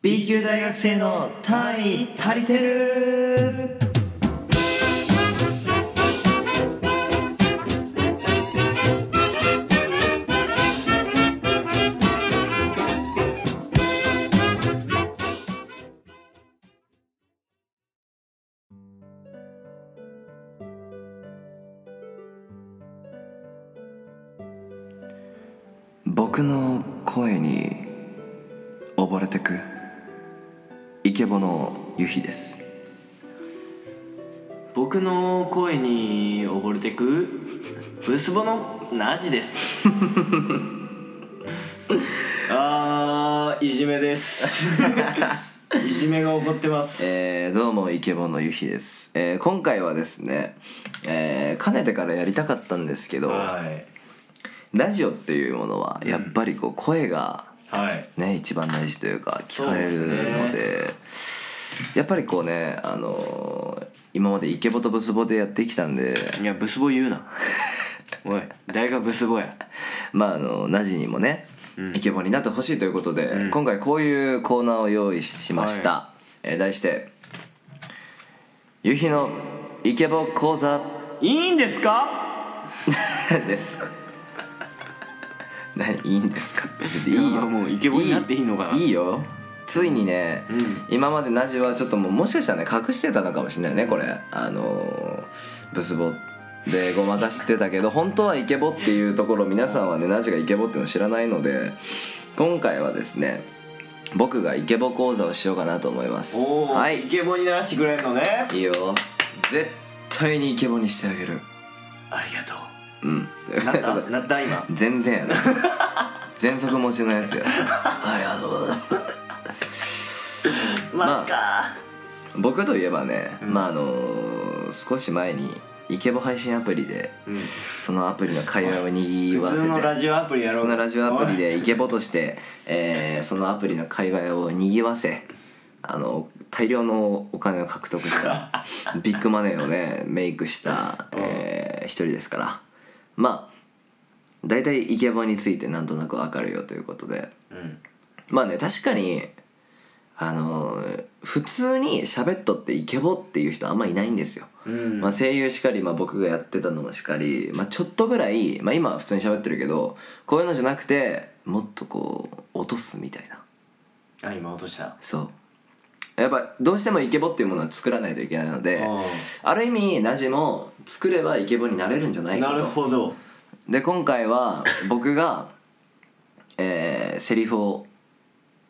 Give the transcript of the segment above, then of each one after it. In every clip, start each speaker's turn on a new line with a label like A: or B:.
A: B 級大学生の単位足りてる僕の声に溺れてくイケボのゆひです
B: 僕の声に溺れてくブスボのナジです あーいじめですいじめが起こってます、
A: えー、どうもイケボのゆひです、えー、今回はですね、えー、かねてからやりたかったんですけど
B: はい
A: ラジオっていうものはやっぱりこう声が
B: はい
A: ね一番大事というか聞かれるので
B: そう
A: やっぱりこうねあのー今までイケボとブスボでやってきたんで
B: いやブスボ言う なおい誰がブスボや
A: まああのナジにもね、イケボになってほしいということで、
B: ん
A: 今回こういうコーナーを用意しました、えー題して「夕日のイケボ講座
B: いいんですか」
A: です何いいんですかいい
B: いや
A: よ
B: もうイケボになっていいのかない
A: いよついにね、今までナジはちょっともうもしかしたらね隠してたのかもしれないねこれあのーブスボでごまかしてたけど本当はイケボっていうところ皆さんはねナジがイケボっていうの知らないので今回はですね僕がイケボ講座をしようかなと思います
B: おお、
A: はい
B: イケボにならしてくれるのね
A: いいよ絶対にイケボにしてあげる
B: ありが
A: うん
B: とうな ったなった今
A: 全然やな全速持ちのやつやありがとうございます
B: マジか
A: 僕といえばね、
B: うん
A: まああのー少し前にイケボ配信アプリで
B: うん
A: そのアプリの会話をにぎわ
B: 普
A: せて
B: 通のラジオアプリやろう
A: 普通のラジオアプリでイケボとして、えーそのアプリの界隈をにぎわせあの大量のお金を獲得した ビッグマネーをねメイクした、えー一人ですからまあ大体イケボについてなんとなくわかるよということで
B: おいうん
A: まあね確かにあのー普通に喋っとってイケボっていう人あんまいないんですよ。
B: うん
A: まあ、声優しかり、まあ、僕がやってたのもしかり、まあ、ちょっとぐらい、まあ、今は普通に喋ってるけどこういうのじゃなくてもっとこう落とすみたいな
B: あ今落とした
A: そうやっぱどうしてもイケボっていうものは作らないといけないので
B: あ
A: ある意味ナジも作ればイケボになれるんじゃないか
B: な
A: と
B: るほど
A: で今回は僕が、えーセリフを、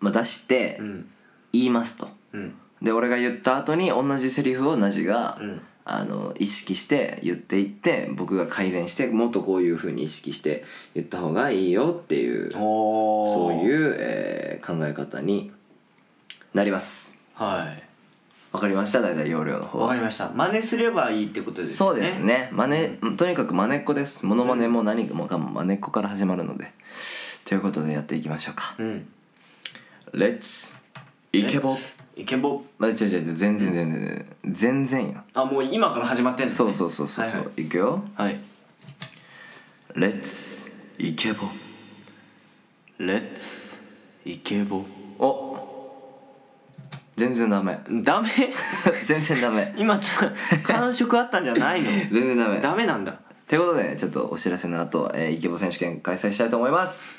A: まあ、出して
B: うん
A: 言いますと
B: うん
A: で俺が言った後に同じセリフをナジが、
B: うん
A: あの意識して言っていって僕が改善してもっとこういう風に意識して言った方がいいよっていう
B: おお
A: そう
B: う
A: いう、えー考え方になります
B: はい
A: わかりました大体要領の方
B: わかり
A: は
B: ました真似すればいいってことですね
A: そうですねまねとにかくまねっこですモノマネも何もかもまねっこから始まるのでということでやっていきましょうか
B: うん
A: レッツイケボ
B: イケボ
A: まあ、違う違う違う全然全然全然よ
B: あもう今から始まってんのね
A: そうそうそうそうそう、
B: はい
A: いくよ
B: はい
A: レッツイケボ
B: レッツイケボ
A: お全然ダメ
B: ダメ
A: 全然ダメ
B: 今ちょっと感触あったんじゃ ないの
A: 全然ダメ
B: ダメなんだ
A: てことでねちょっとお知らせの後、えー、イケボ選手権開催したいと思います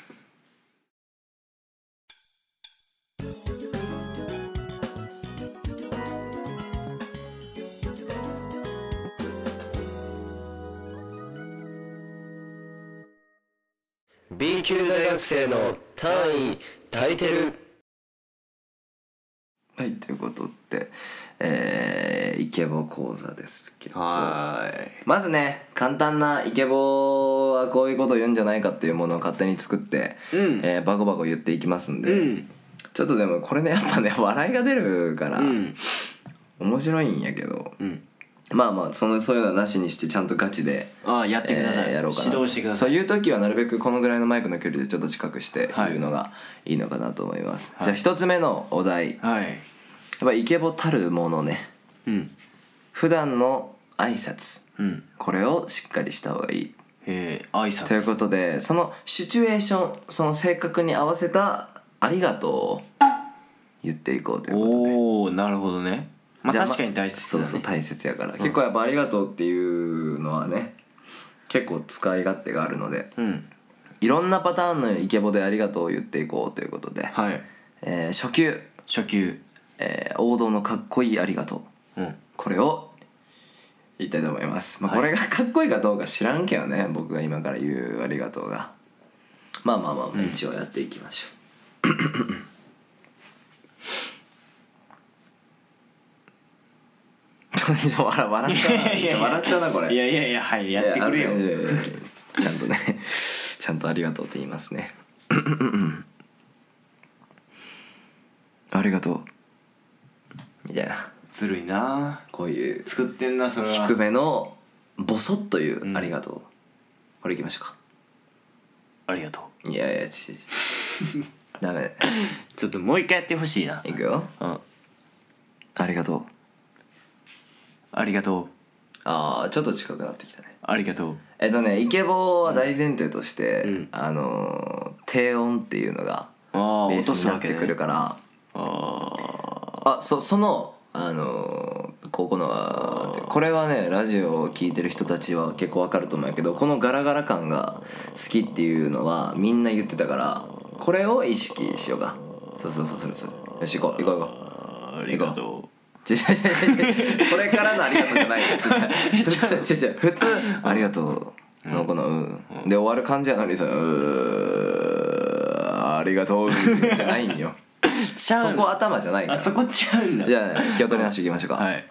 A: はいということで、えー、イケボ講座ですけど
B: は
A: まずね簡単なイケボはこういうことを言うんじゃないかっていうものを勝手に作って、
B: うん
A: えーバコバコ言っていきますんで、
B: うん
A: ちょっとでもこれねやっぱね笑いが出るから、
B: うん
A: 面白いんやけど
B: うん
A: まあまあそのそういうのはなしにしてちゃんとガチで。
B: ああやってくださ
A: え
B: い、
A: ーやろうかな
B: 指導してください
A: そういう時はなるべくこのぐらいのマイクの距離でちょっと近くして
B: はい
A: 言うのがいいのかなと思います、
B: はい
A: じゃあ一つ目のお題やっ
B: はい
A: ぱイケボたるものね
B: うん
A: 普段の挨拶
B: うん
A: これをしっかりした方がいい
B: えー、挨拶
A: ということでそのシチュエーションその性格に合わせた「ありがとう」言っていこうということで
B: おおなるほどねまあ
A: じゃ
B: 確かに大切だね
A: そうそう大切やから、結構やっぱ「ありがとう」っていうのはね結構使い勝手があるので
B: うん
A: いろんなパターンのイケボで「ありがとう」を言っていこうということで、
B: はい
A: えー初級、
B: 初級
A: えー王道のかっこいい「ありがとう
B: うん」
A: これを言いたいと思います、まあ、
B: はい
A: これがかっこいいかどうか知らんけどね僕が今から言う「ありがとうが」まあまあまあまあ一応やっていきましょう、ちょっと笑笑っちゃうなちょっと笑っちゃうなこれ
B: いやいやいやはいやってくれよ
A: いやあのいやいやいやちゃんとね ちゃんとありがとうって言いますね ありがとうみたいな
B: ずるいな
A: こういう
B: 作ってんなそれは
A: 低めのボソッといううんありがとう、これいきましょう
B: ありがとう
A: かいやいやち ダメ
B: ちょっともう一回やってほしいない
A: くよ
B: うん
A: ありがとう
B: ありがとう
A: あーちょっと近くなってきたね
B: ありがとう
A: えっとねイケボは大前提として、
B: うん
A: あのー低音っていうのが
B: ああ
A: ベー
B: 落
A: ス
B: と
A: に
B: す
A: なっ
B: わけ
A: てくる
B: ね
A: から、
B: あ
A: あそそのあのーここのあーこれはねラジオを聴いてる人たちは結構わかると思うんやけどこのガラガラ感が好きっていうのはみんな言ってたからこれを意識しようかそうそうそうそれそれよし行こう行こう行こう
B: あありがと
A: 違う違う違う違うこれからのありがとうじゃないよ違う違う違う違う普通ありがとうのこのうんで終わる感じやのにさうーありがとうじゃないんよ
B: うち
A: そ
B: ゃう
A: こ頭じゃないか
B: あ
A: ら
B: そこちゃうんだ
A: じゃあ気を取り直していきましょうか、
B: はい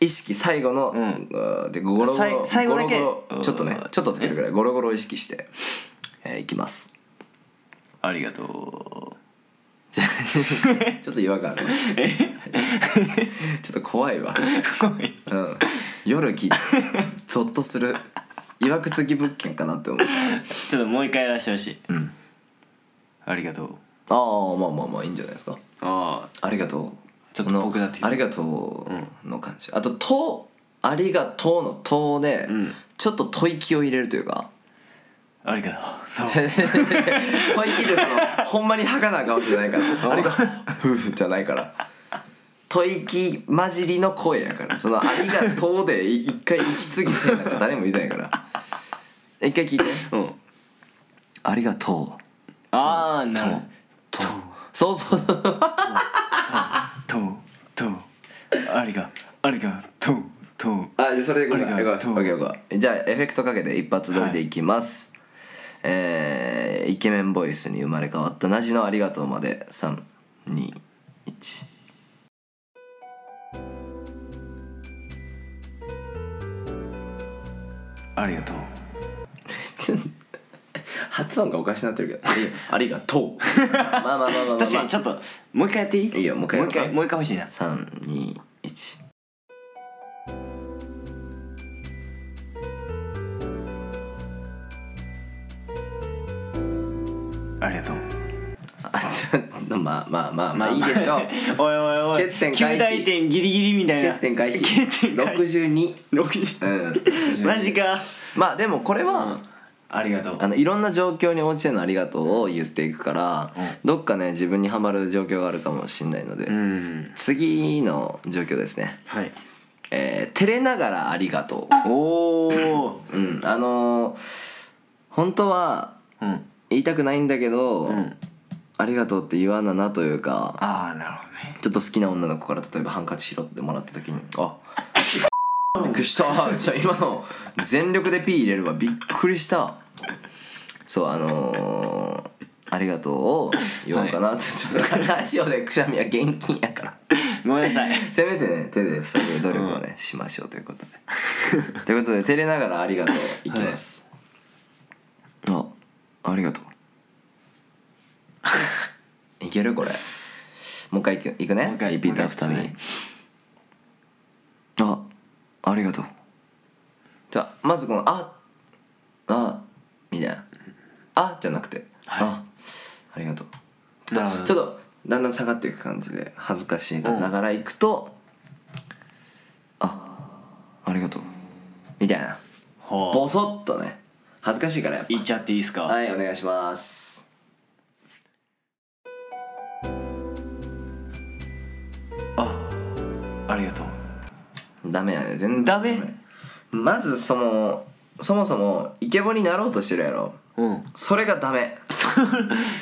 A: 意識最後の、
B: うん
A: うんでゴロゴ
B: さい
A: ロ
B: 最後だけ
A: ゴロゴロちょっとね
B: うん
A: ちょっとつけるぐらいゴロゴロ意識して、えーいきます
B: ありがと
A: ちょっと違和感あるわ
B: うえ
A: ちょっと怖いわ、
B: ごめん
A: うん、夜聞いてゾッとするいわくつき物件かなって思う
B: ちょっともう一回やらしてほしい
A: うん
B: ありがとう
A: ああまあまあまあいいんじゃないですか
B: あ
A: ありがとう
B: ちょっと
A: この
B: ぽくなってきた
A: ありがとうの感じ、あと「と」「ありがとう」の「と」で、
B: うん
A: ちょっと吐息を入れるというか
B: あありが とう
A: 違う違う違う違う吐息でそのほんまに儚い顔じゃないからありがとう夫婦じゃないから吐息混じりの声やからその「ありがとう」で一回息継ぎせえなんか誰も言うてないから一回聞いて
B: うん
A: 「ありがと
B: ああ
A: う」「
B: な
A: と
B: る」
A: 「と」そうそうそう
B: とうとうありがありがとうとう
A: あじゃあそれでごめん
B: ありがとう
A: ごめんごめんごめんじゃあエフェクトかけて一発撮りでいきます、えーイケメンボイスに生まれ変わったなじの「ありがとう」まで321
B: ありがとう
A: ちょ 発音がおかしなってるけどありありがとう まあまあまあまあまあ、まあ、
B: 確かにちょっともう一回やっていい
A: いいよもう一回
B: もう一回もう一回欲しいな
A: 321
B: ありがとう
A: あちょ っとまあまあまあまあいいでしょう
B: お いおいおい
A: 欠点回避
B: 9大点ギリギリみたいな
A: 欠点回 避
B: 欠点回
A: 62
B: 避60
A: うん
B: マジか
A: まあでもこれは、
B: ありがとう
A: あのいろんな状況に応じての「ありがとう」を言っていくから、
B: うん
A: どっかね自分にはまる状況があるかもしれないので、
B: うん
A: 次の状況ですね
B: はい
A: えー照れながら「ありがと
B: おお
A: う」うんあのー本当は
B: うん
A: 言いたくないんだけど、
B: うん
A: ありがとうって言わななというか
B: ああなるほどね
A: ちょっと好きな女の子から例えばハンカチ拾ってもらった時に「あびっくりした」じゃあ今の全力で P 入れるわびっくりしたそうあのーありがとうを言おうかなって、ちょっとラジオでくしゃみは厳禁やから
B: ごめんなさい
A: せめてね手で防ぐ努力をね、しましょうということでということで照れながら「ありがとう」いきます、あありがとういけるこれもう一回いくいく
B: もう
A: ね
B: 一回
A: リピートアフターミ
B: もう
A: ーあありがとうじゃあまずこの「あ」「あ」みたいな「あ」じゃなくて「あ」ありがとうちょ
B: なる
A: っ
B: ほ
A: と
B: ど
A: ちょっとだんだん下がっていく感じで恥ずかしいながらいくと「あありがとう」みたいな
B: ほ
A: ボソッとね恥ずかしいからやっ
B: ういっちゃっていいですか
A: ぱはいお願いします
B: ありがとう
A: ダメやね全然
B: ダメ
A: まずそのそもそもイケボになろうとしてるやろ
B: うん
A: それがダメ
B: そ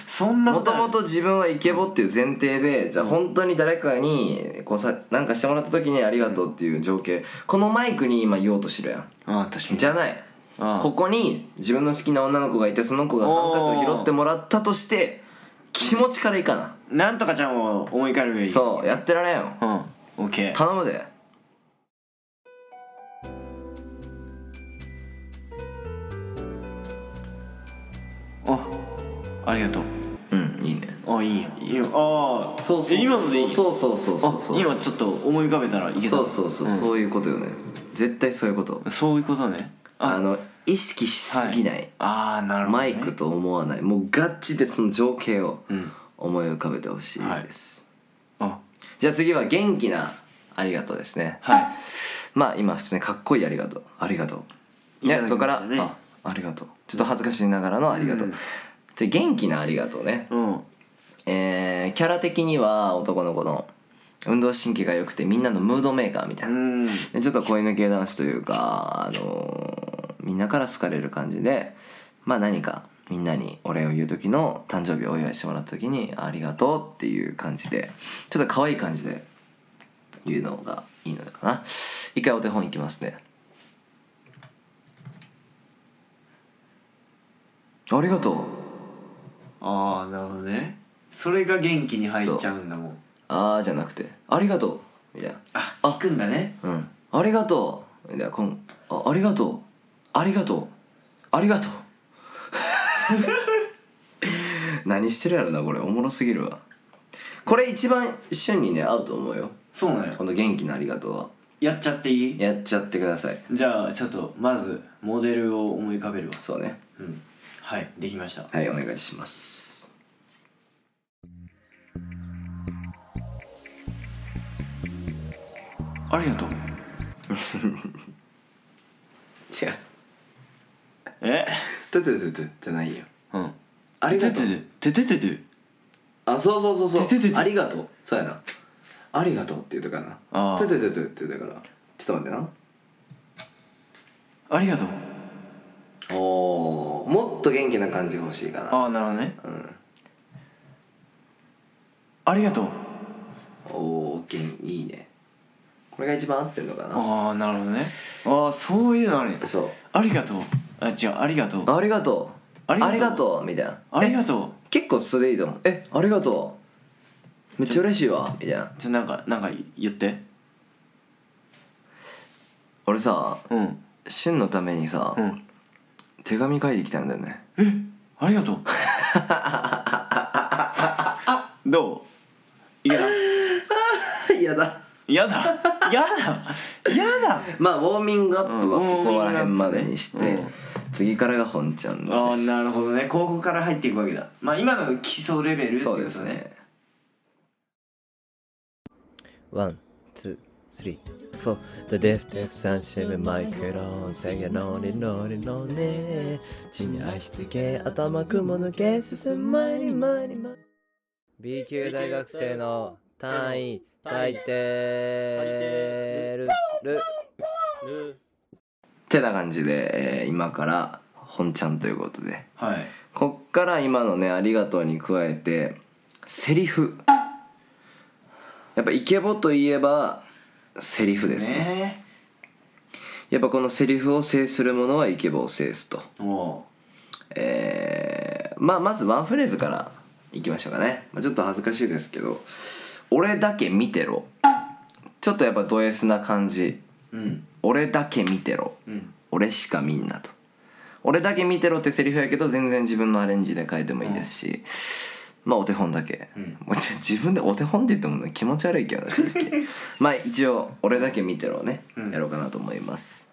B: そんな
A: も
B: こと
A: と
B: あ
A: もと自分はイケボっていう前提でじゃあ本当に誰かにこうさなんかしてもらった時にありがとうっていう情景このマイクに今言おうとしてるやん
B: るああ確かに
A: じゃない
B: ああ
A: ここに自分の好きな女の子がいてその子がハンカチを拾ってもらったとして気持ちからいかな
B: なんとかちゃんを思い浮かべるより
A: そうやってられんよ
B: うんオッケー
A: 頼むで
B: あありがとう
A: うんいいね
B: あいいんやいいよああ
A: そうそう
B: 今のでいい
A: そうそうそうそうそう
B: あ今ちょっと思い浮かべたらいけた
A: そうそうそう、
B: ん
A: そういうことよね絶対そういうこと
B: そういうことね
A: あ
B: あ
A: の意識しすぎない、
B: ああなるほど
A: マ
B: ね
A: イクと思わないもうガチでその情景を
B: うん
A: 思い浮かべてほしいです、
B: あ
A: じゃあ次は元気なありがとうですね
B: はい
A: まあ今普通にかっこいいありがとうありがとう
B: い
A: ね
B: ただきましたね
A: そこからあありがとうちょっと恥ずかしながらのありがとう、
B: うん
A: で元気なありがとうね
B: うん
A: えーキャラ的には男の子の運動神経が良くてみんなのムードメーカーみたいな、
B: うん
A: でちょっと子犬系男子というか、あのーみんなから好かれる感じでまあ何かみんなにお礼を言う時の誕生日をお祝いしてもらった時に「ありがとう」っていう感じでちょっと可愛い感じで言うのがいいのかな一回お手本いきますねありがとう
B: ああなるほどねそれが元気に入っちゃうんだもん
A: あーじゃなくてありがとうみたいな
B: あ行くんだね
A: うん、ありがとう。で、こん、あ、ありがとう。ありがとう。ありがとう。 何してるやろな、これ、おもろすぎるわ。これ一番旬にね、合うと思うよ。
B: そうなのよ
A: この元気なありがとうは。
B: やっちゃっていい
A: やっちゃってください。
B: じゃあちょっとまずモデルを思い浮かべるわ
A: そうね。
B: うんはいできました
A: はい、お願いします。
B: ありがとう
A: 違う。
B: え
A: トゥトゥトゥトゥじゃないよ。
B: うん
A: ありがとう。
B: ててててて
A: あ、そうそうそうそう。
B: てててて
A: ありがとう。そうやな。ありがとうって言うとかな。
B: あー
A: トゥトゥトゥトゥって言うとかな。ちょっと待ってな。
B: ありがとう
A: おーもっと元気な感じが欲しいかな
B: ああなるほどね
A: うん
B: ありがとう
A: おー元いいねこれが一番合ってんのかな
B: ああなるほどねああそういうのあるね
A: そう
B: ありがとうあ違うありがとう
A: ありがとう
B: ありがとう
A: うみたいな
B: ありがとう
A: え結構素でいいと思うえありがとうめっちゃ嬉しいわみたいな
B: じゃあなんかなんか言って
A: 俺さ
B: うん
A: しゅんのためにさ、
B: うん
A: 手紙書いてきたんだよね
B: ありが とうどういやだ
A: やだ
B: やだやだやだ
A: まあウォーミングアップは
B: うん
A: ここら辺までにして、
B: ウォーミングアッ
A: 次からが本ちゃんです
B: ああなるほどね高校から入っていくわけだまあ今のが基礎レベルってこ
A: そう
B: と
A: です
B: ね
A: ねワン、ツー、スリー、フォー、The Deaf Deaf Sunshine Microphone Say No Ne No Ne No Ne 地に愛しつけ頭雲抜け進む前に前に前に B 級大学生の単位大抵るるてな感じで、えー今から本ちゃんということで
B: はい
A: こっから今のね「ありがとう」に加えてセリフやっぱイケボといえばセリフですね
B: ね
A: やっぱこのセリフを制する者はイケボを制すと
B: えも
A: えーまあまずワンフレーズからいきましょうかね、まあ、ちょっと恥ずかしいですけど「俺だけ見てろ」ちょっとやっぱド S な感じ
B: ううん
A: 「俺だけ見てろ」
B: うん
A: 俺しか見んなと俺だけ見てろってセリフやけど全然自分のアレンジで書いてもいいですし、まあお手本だけ、
B: うん
A: もうちょ自分でお手本って言ってもね気持ち悪いけどな正 直まあ一応俺だけ見てろをね、
B: うん
A: やろうかなと思います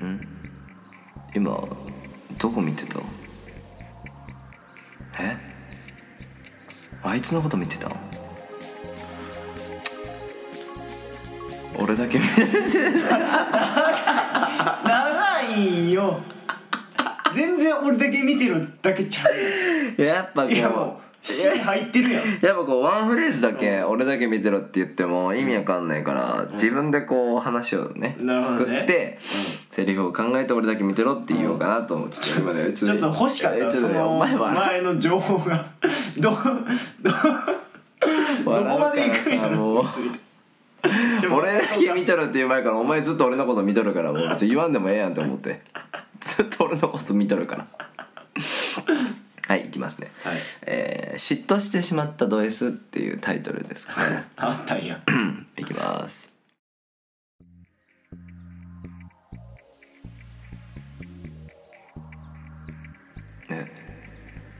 A: うん今どこ見てたえあいつのこと見てた俺だけ見てる
B: 長いよ全然俺だけ見てるだけちゃう
A: やっぱこ う
B: やんいやもう芯入ってるやん
A: やっぱこうワンフレーズだけ俺だけ見てろって言っても意味わかんないから自分でこう話をね
B: なるほ
A: 作
B: どね
A: ってセリフを考えて俺だけ見てろって言おうかなと思ってちょっと今ね
B: ちょっと欲しかった
A: え
B: な
A: ち
B: そ
A: ょっとね
B: の
A: お前は
B: 前の情報が どどどこまでいくんやろ
A: もう俺だけ見
B: た
A: とるっていう前からお前ずっと俺のこと見とるからもう別に言わんでもええやんと思ってずっと俺のこと見とるからはいいきますね、
B: はい
A: えー嫉妬してしまったド S」っていうタイトルですかね
B: あったんや
A: いきますね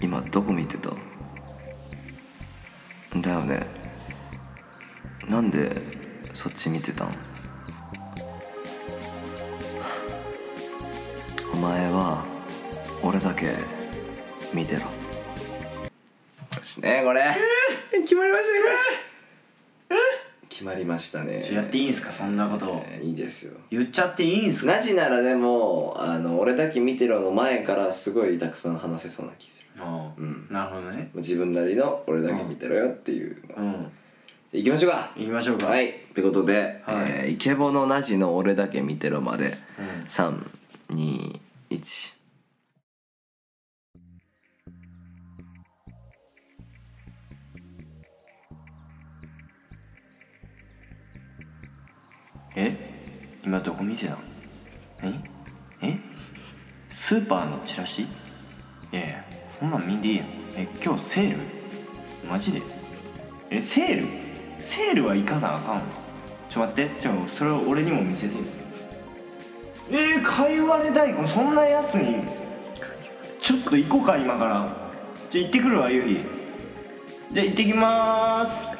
A: 今どこ見てただよねなんでそっち見てたんお前は俺だけ見てろですねこれ、決まりましたねこれ、決まりましたね
B: やっていいんすかそんなことを
A: えーいいですよ
B: 言っちゃっていいんすか
A: なじならでもあの俺だけ見てろの前からすごいたくさん話せそうな気する
B: ああ
A: うん
B: なるほどね
A: 自分なりの俺だけ見てろよっていうの、
B: うん
A: 行きましょうか
B: 行きましょうか
A: はいってことで、
B: はい
A: えーイケボのなじの俺だけ見てろまで、
B: うん
A: 321
B: え今どこ見てたの何えスーパーのチラシいやいやそんなん見んでいいやんえ今日セールマジでえセールセールは行かなあかんわちょ待ってちょそれを俺にも見せてよえー、かいわれ大根そんな安いんちょっと行こうか今からじゃあ行ってくるわゆいじゃあ行ってきまーす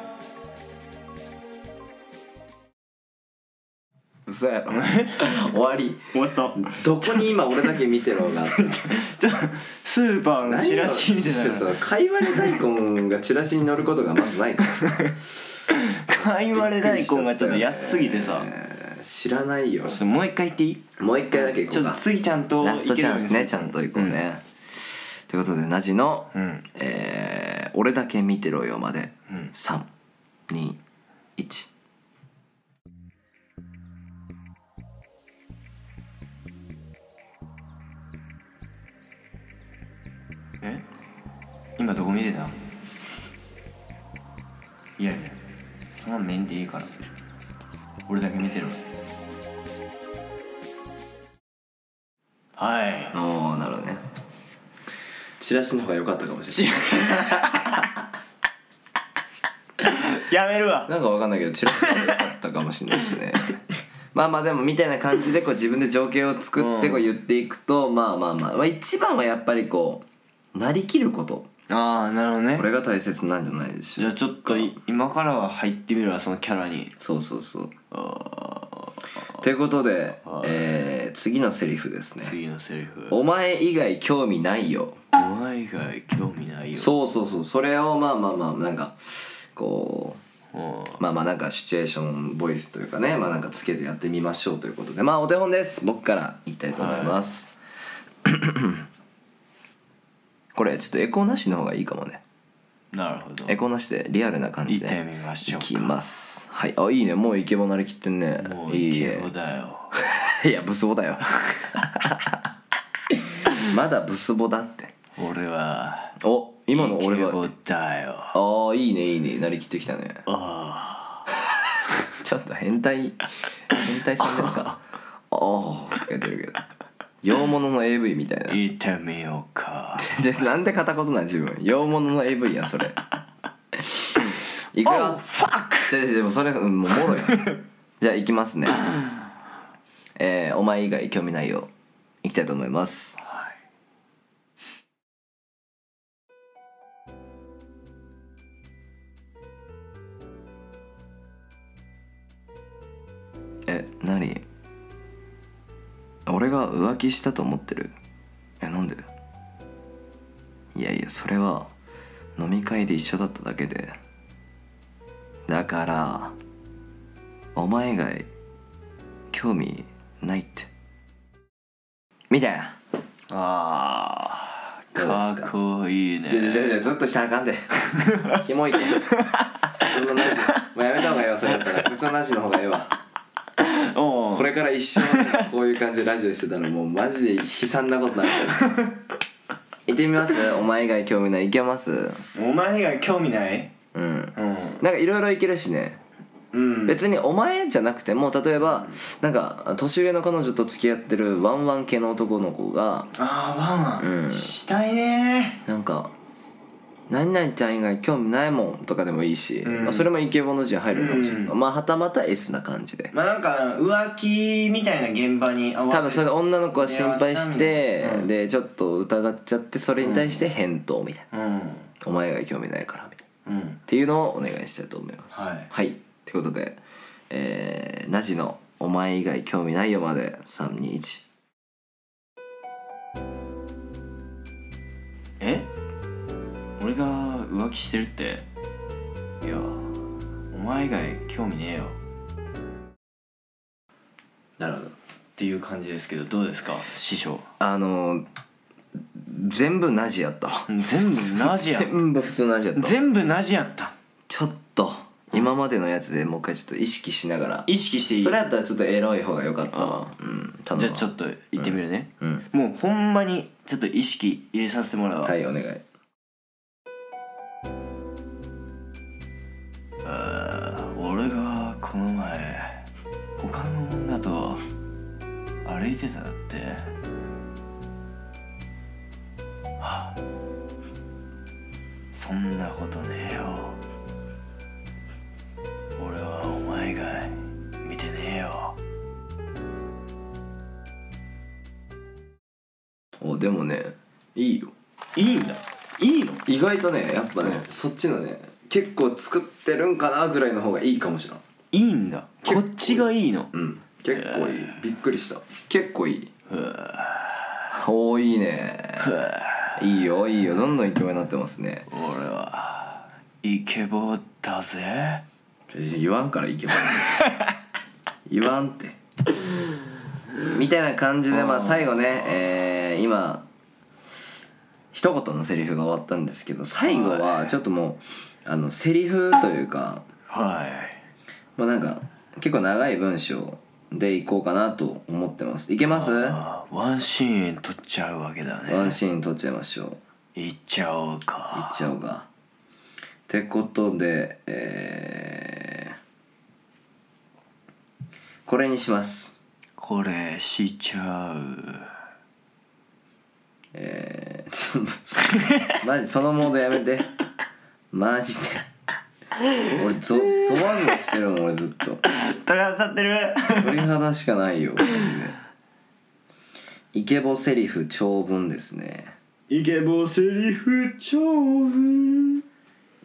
A: 嘘やろ 終わり
B: 終わった
A: どこに今俺だけ見てろがあった
B: ちょスーパーのチラシみたい
A: 何を
B: な
A: そのかいわれ大根がチラシに乗ることがまずないからさ
B: かいわれ大根がちょっと安すぎてさ、
A: えー知らないよ
B: ちょっともう一回言っていい
A: もう一回だけ行こ
B: ちょ
A: う
B: っ
A: か
B: と次ちゃんと
A: ラストチャンスねちゃんと行こう
B: いけるよ
A: ね、ということでなじの、
B: うにする
A: えー俺だけ見てろよ」まで、
B: うん
A: 321
B: うん、え今どこ見てたいやいやそんなん面でいいから俺だけ見てるはい
A: おおなるほどねチラシの方が良かったかもしれない
B: やめるわ
A: なんかわかんないけどチラシの方が良かったかもしれないです ねまあまあでもみたいな感じでこう自分で情景を作ってこう言っていくと、まあまあまあ、まあ、一番はやっぱりこうなりきること
B: ああなるほどね
A: これが大切なんじゃないでし
B: じ
A: ょ
B: ゃ
A: う
B: あ
A: か
B: ちょっとい今からは入ってみるわそのキャラに
A: そうそうそう
B: あー
A: ということで
B: はい、
A: えー次のセリフですね
B: 次のセリフ
A: お前以外興味ないよ
B: お前以外興味ないよ
A: そうそうそうそれをまあまあまあなんかこ
B: うん
A: うまあまあなんかシチュエーションボイスというかねまあなんかつけてやってみましょうということでまあお手本です僕から言いたいと思い ます、これちょっとエコーなしの方がいいかもね
B: なるほど
A: エコーなしでリアルな感じで
B: 行ってみましょうか
A: いきますはいあいいねもうイケボなりきってんね
B: もう
A: いい
B: イケ
A: ね
B: ボだよ
A: いやブスボ だよまだブスボだって
B: 俺は
A: お今の俺
B: イケ
A: は
B: ボだよ
A: ああいいねいいねなりきってきたね
B: あ
A: ちょっと変態変態さんですかああとか言ってるけど洋物の AV みたいな
B: あ行ってみようか
A: じゃなんで片言なん自分洋物の AV やんそれいくよ
B: ファック
A: じゃあでもそれうんもうおもろいじゃあ行きますねえー、お前以外興味ないよ行きたいと思いますえ何俺が浮気したと思ってるえなんでいやいやそれは飲み会で一緒だっただけでだからお前以外興味ないってみたいな
B: あー
A: どうです
B: か
A: か
B: っこいい
A: いやい
B: ね
A: やいやずっとしたらあ かんでキモいって普通のナジもうやめた方がいいわそれだったら普通のナジの方がええわ
B: お
A: これから一生こういう感じでラジオしてたらもうマジで悲惨なことになる 行ってみますお前以外興味ない行けます
B: お前が興味ない
A: うん
B: うん
A: なんかいろいろ行けるしね
B: うん
A: 別にお前じゃなくても例えばなんか年上の彼女と付き合ってるワンワン系の男の子が
B: あーワンワン、
A: うん
B: したいね
A: なんか「何々ちゃん以外興味ないもん」とかでもいいし、
B: うん
A: まあ、それもイケボの字入るかもしれない、
B: うん
A: まあはたまた S な感じで
B: まあなんか浮気みたいな現場に合
A: 多
B: わ
A: 分
B: せ
A: それで女の子は心配して、
B: うん
A: でちょっと疑っちゃってそれに対して返答みたいな
B: うん
A: 「お前以外興味ないから」みたいな
B: うん
A: っていうのをお願いしたいと思います
B: はい
A: ってことでえー、なじの「お前以外興味ないよ」まで321
B: え俺が浮気してるっていやお前以外興味ねえよ
A: なるほど
B: っていう感じですけどどうですか師匠
A: あのー全部なじやったわ
B: 全部ナジや
A: 全部普通のなじやったわ
B: 全部ナジやった
A: ちょっと今までのやつでもう一回ちょっと意識しながら
B: 意識していい
A: それやったらちょっとエロい方が良かったわうん頼む
B: じ
A: わ
B: ゃあちょっと言ってみるね、
A: うん
B: もうほんまにちょっと意識入れさせてもらうわ、
A: はいお願い
B: あー俺がこの前他の女と歩いてたってはあそんなことねえよ俺はお前以外見てねえよ
A: おでもねいいよ
B: いいんだいいの
A: 意外とねやっぱね、
B: う
A: そっちのね結構作ってるんかなぐらいの方がいいかもしれない
B: いいんだ
A: 結
B: こ
A: 構
B: っちがいいの
A: うん結構いいびっくりした結構いいう
B: わ
A: おーいいね
B: うわ
A: いいよいいよどんどんイケメンになってますね
B: 俺はイケボーだぜ
A: 言わんからイケメン 言わんってみたいな感じでまあ最後ねえー今一言のセリフが終わったんですけど最後はちょっともうあのセリフというか
B: はい
A: まあなんか結構長い文章でいこうかなと思ってますいけますワ
B: あワンシーン撮っちゃうわけだね
A: ンシーン撮っちゃいましょう
B: いっちゃおう
A: いっ
B: か
A: ちゃおうかってことでえーこれにします
B: これしちゃ う
A: えー、ちょっとマジそのモードやめてマジで俺ゾゾワゾワしてるもん俺ずっと
B: 鳥肌立ってる
A: 鳥肌しかないよマジでイケボセリフ長文ですね
B: イケボセリフ長文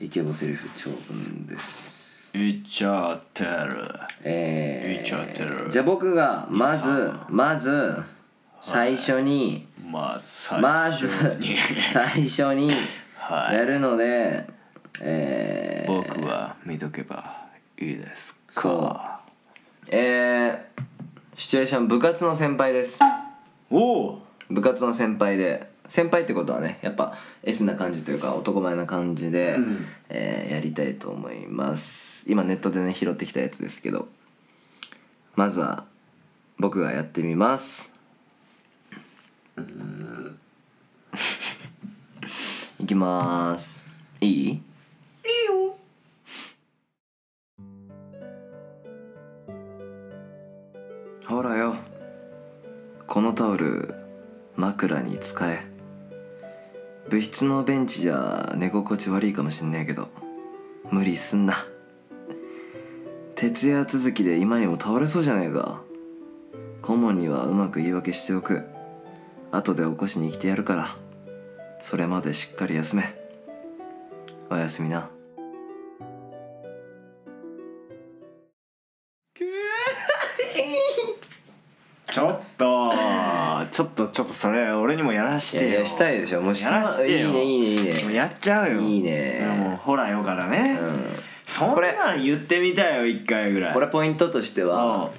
A: イケボセリフ長文です
B: いっちゃってる
A: え
B: 言っちゃってる
A: じゃあ僕がまずまず最初に
B: まあ最
A: まず
B: 初に
A: 最初に
B: はい
A: やるのでえー
B: 僕は見とけばいいですか
A: そうえーシチュエーション部活の先輩です
B: おお
A: 部活の先輩で先輩ってことはねやっぱ S な感じというか男前な感じで
B: うん
A: えーやりたいと思います今ネットでね拾ってきたやつですけどまずは僕がやってみます いきまーすいいいいよほらよこのタオル枕に使え部室のベンチじゃ寝心地悪いかもしんないけど無理すんな徹夜続きで今にも倒れそうじゃないか顧問にはうまく言い訳しておく後で起こしに来てやるからそれまでしっかり休めおやすみな
B: ちょっとちょっとちょっとそれ俺にもやらし
A: い
B: てよ
A: やいやしたいでしょもうした
B: やらしてよ
A: いいねいいねいいね
B: もうやっちゃうよ
A: いいね
B: やもうほらよからね、
A: うん
B: そん
A: これ
B: なん言ってみたいよ一回ぐらい
A: これポイントとしては
B: う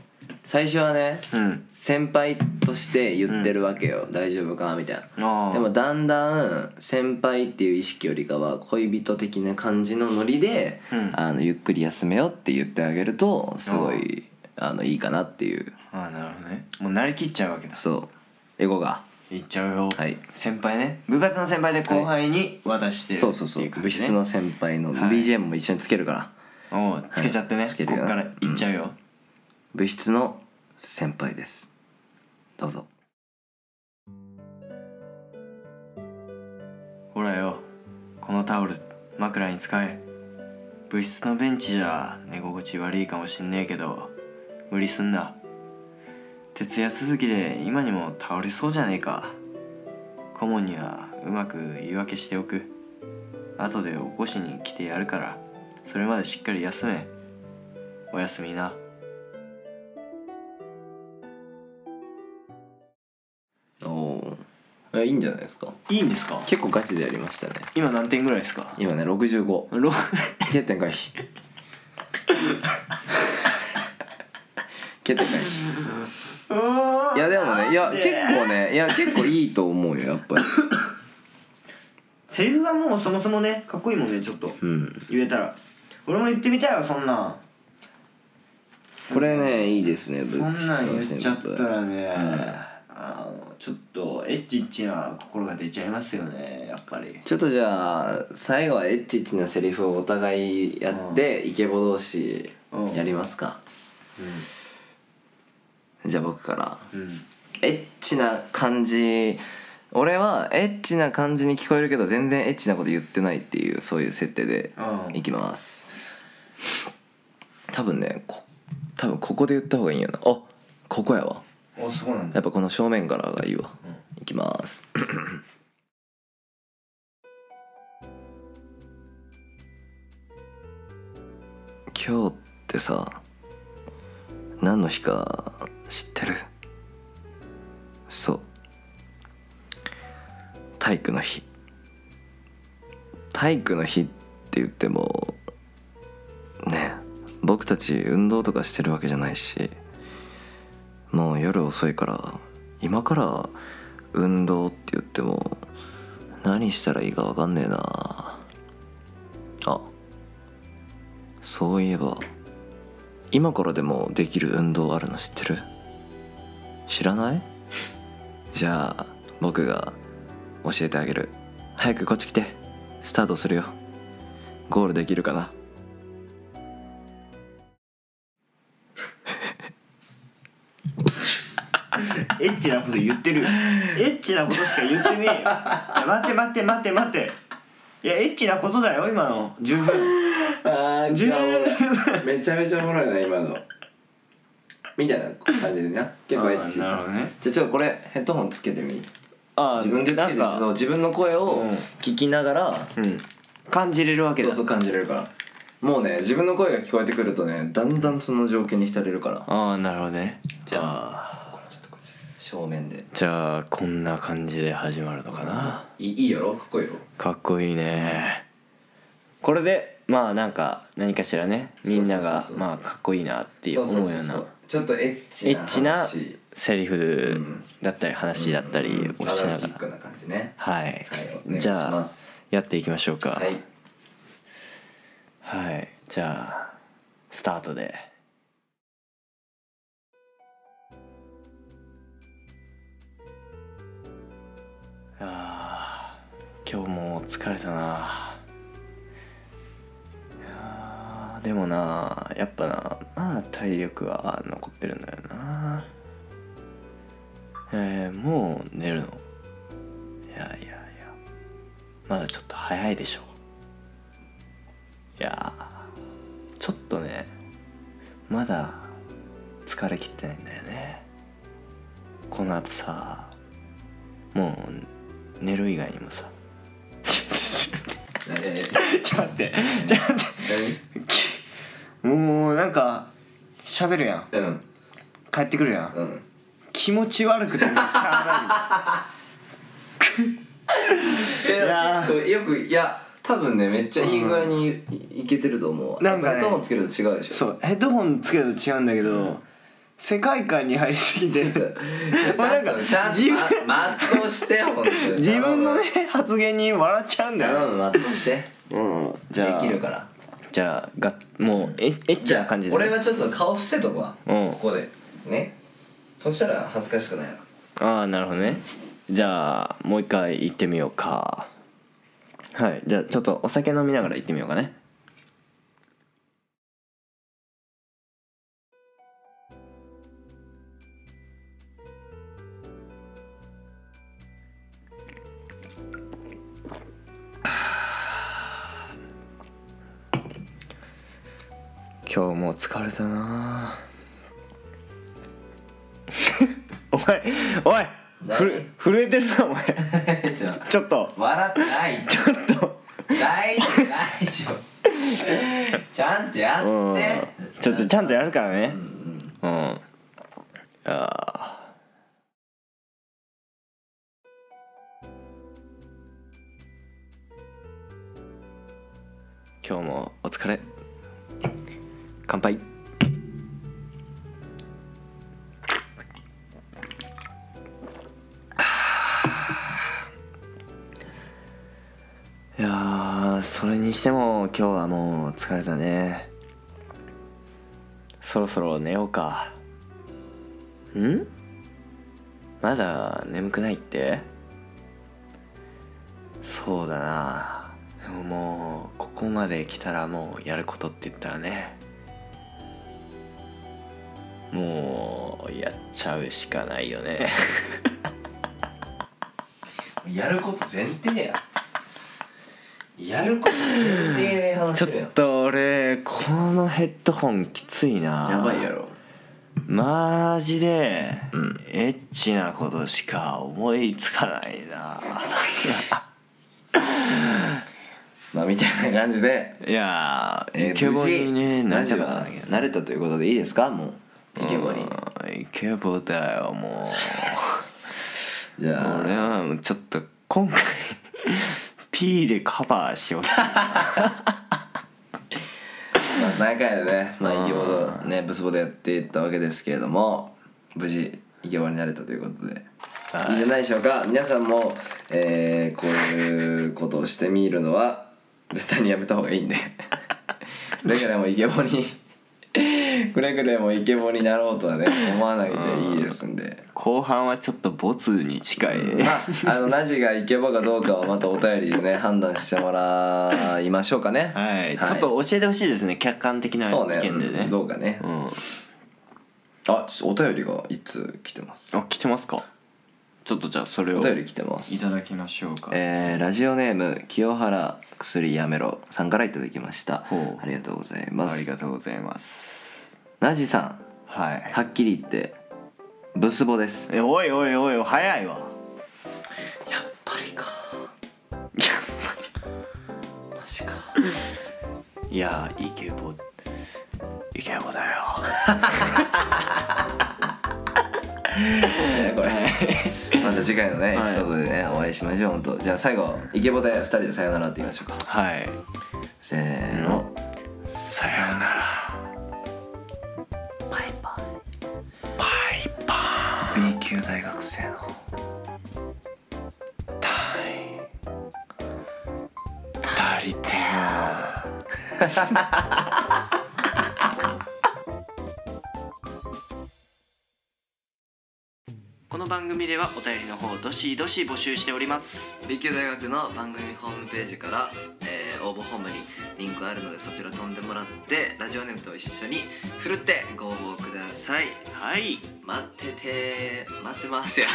A: 最初はね
B: うん
A: 先輩として言ってるわけよ、大丈夫かみたいな
B: ああ
A: でもだんだん先輩っていう意識よりかは恋人的な感じのノリで、
B: うん
A: あのゆっくり休めよって言ってあげるとすごいあのいいかなっていう
B: ああなるほどねもうなりきっちゃうわけだ
A: そうエゴが
B: いっちゃうよ、
A: はい
B: 先輩ね部活の先輩で後輩に渡してる
A: そうそうそう
B: ってい感
A: 部
B: じね
A: 室の先輩の
B: はい
A: BGM も一緒につけるから、
B: おうつけちゃってね、
A: はいつける
B: こ
A: よ
B: っからいっちゃうよ、
A: 部室の先輩ですどうぞ
B: ほらよこのタオル枕に使え部室のベンチじゃ寝心地悪いかもしんねえけど無理すんな徹夜続きで今にも倒れそうじゃねえか顧問にはうまく言い訳しておく後で起こしに来てやるからそれまでしっかり休めおやすみな
A: おおーえいいんじゃないですか
B: いいんですか
A: 結構ガチでやりましたね
B: 今何点ぐらいですか
A: 今ね65
B: ろ
A: 欠点回避欠点回避いやでもねいや結構ねいや結構いいと思うよやっぱり
B: セリフがもうそもそもねかっこいいもんねちょっと
A: うん
B: 言えたら俺も言ってみたいわそんなん
A: これねいいですね
B: そんなん言っちゃったらね、
A: う
B: あのちょっとエッチエッチな心が出ちゃいますよねやっぱり
A: ちょっとじゃあ最後はエッチエッチなセリフをお互いやって、イケボ同士やりますか、じゃあ僕から
B: うん
A: エッチな感じ俺はエッチな感じに聞こえるけど全然エッチなこと言ってないっていうそういう設定で
B: うん
A: いきます多分ねこ多分ここで言った方がいいんやなあここやわ
B: おそうなん
A: や
B: だ
A: っぱこの正面からがいいわ、いきます 今日ってさ何の日か知ってるそう体育の日体育の日って言ってもねえ僕たち運動とかしてるわけじゃないしもう夜遅いから今から運動って言っても何したらいいか分かんねえなあそういえば今からでもできる運動あるの知ってる知らないじゃあ僕が教えてあげる早くこっち来てスタートするよゴールできるかな
B: エッチなこと言ってるエッチなことしか言ってねえよ いや待って待って待って待っていやエッチなことだよ今の十分
A: あ
B: 十分
A: めちゃめちゃおもろいな今のみたいな感じでな結構エッチ
B: あーなるほどね
A: じゃあちょっとこれヘッドホンつけてみ
B: あ
A: 自分でつけてその自分の声を
B: うん
A: 聞きながら、
B: うん感じれるわけ
A: そ
B: だ
A: うそう感じれるからもうね自分の声が聞こえてくるとねだんだんその情景に浸れるから
B: ああなるほどね
A: じゃ
B: あ
A: これちょっとこっち正面で
B: じゃあこんな感じで始まるのかない
A: いいいやろかっこいいやろ
B: かっこいいねこれでまあなんか何かしらねみんなが
A: そうそうそうそう
B: まあかっこいいなって
A: そ
B: 思うような
A: ちょっとエッチ
B: エ
A: な
B: ッチな
A: 話
B: セリフだったり話だったり
A: うん
B: をしな
A: アダ
B: が
A: ルティッ
B: ら
A: クな感じね
B: はい
A: はいお願い
B: じ
A: し
B: ゃ
A: ま
B: あ
A: す
B: やっていきましょうか
A: はい
B: はいじゃあスタートであー今日も疲れたないやーでもなやっぱなまあ体力は残ってるんだよなえー、もう寝るのいやいやいやまだちょっと早いでしょいやーちょっとねまだ疲れきってないんだよねこの後さもう寝る以外にもさちょっ
A: 何何
B: と待ってちょっと待ってもうなんか喋るやん
A: 何うん
B: 帰ってくるやん
A: うん
B: 気持ち悪くてもうしゃ
A: え
B: やー
A: 結構よくいや多分ねめっちゃいい具合にいいけてると思う
B: なんかね
A: ヘッドホンつけると違うでしょ
B: そうヘッドホンつけると違うんだけど、世界観に入りすぎて
A: ちゃん
B: なん
A: と
B: か
A: ちゃんと
B: 自
A: ま全うして本当に
B: 自分のね発言に笑っちゃうんだ
A: 頼
B: よ、
A: む全うして
B: うん、じ
A: で
B: ゃあ
A: きるから
B: じゃあがもうえエッチな感じで
A: 俺はちょっと顔伏せとくわ、
B: うん
A: ここでねそしたら恥ずかしくないわ
B: ああなるほどねじゃあもう一回行ってみようかはいじゃあちょっとお酒飲みながら行ってみようかね今日も疲れたな あお前おい
A: 何
B: ふる震えてるなお前
A: じゃ
B: ちょっと
A: あ笑ってない
B: ちょっと
A: 大丈夫大丈夫ちゃんとや
B: うん
A: って
B: ちょっとちゃんとやるからね
A: うん
B: うんああ今日もお疲れ乾杯いやーそれにしても今日はもう疲れたねそろそろ寝ようかんまだ眠くないってそうだなでももうここまで来たらもうやることって言ったらねもうやっちゃうしかないよ ね
A: やること前提ややること前提で話
B: ち
A: し
B: ょ
A: てるやん
B: っと俺このヘッドホンきついな
A: やばいやろ
B: マジで、
A: ん
B: エッチなことしか思いつかないな
A: まあみたいな感じで
B: いやー、
A: えー
B: イケボにね
A: 無事
B: な
A: ラ
B: っ
A: ジ
B: ちゃ
A: オ
B: ったん
A: が
B: だけど
A: 慣れたということでいいですかもうイケボに
B: うんイケボだよも
A: じ
B: う
A: ゃあ
B: 俺はもうちょっと今回 P でカバーしよう
A: まあ、何回でね、ま
B: う
A: あ、イ
B: ん
A: ケボとねブスボでやっていったわけですけれども無事イケボになれたということで、
B: はい
A: い、いじゃないでしょうか皆さんも、えーこういうことをしてみるのは絶対にやめた方がいいん でくれぐれもイケボにくれぐれもイケボになろうとはね思わないでいいですんで。
B: 後半はちょっとボツに近い
A: まあ、あのナジがイケボかどうかはまたお便りでね判断してもらいましょうかね
B: はい、ちょっと教えてほしいですね客観的な意
A: そうね
B: 見でね
A: うんどうかね
B: うん
A: あちょっとお便りが一通来てます
B: あ来てますかちょっとじゃあそれを
A: お便り来てます
C: いただきましょうか
A: えーラジオネーム清原薬やめろさんからいただきました
B: ほう
A: ありがとうございま
B: あり
A: す
B: がとうございます
A: ナジさん
B: はい
A: はっきり言ってブスボです
B: えおいおいおいおい早いわ
A: やっぱりかマジか
B: いやーイケボイケボだよ
A: これまた次回のねエ
B: はい
A: ピソードでねお会いしましょう本当じゃあ最後イケボで2人でさよならって言いましょうか
B: はい
A: せーの
B: さよなら
A: バイバ
B: バイバ
A: イ B 級大学生の
B: イタイ足りてー
D: この番組ではお便りの方どしどし募集しております
A: B 級大学の番組ホームページから、えー応募ホームにリンクあるのでそちら飛んでもらってラジオネームと一緒にふるってご応募ください
D: はい
A: 待ってて待ってますよ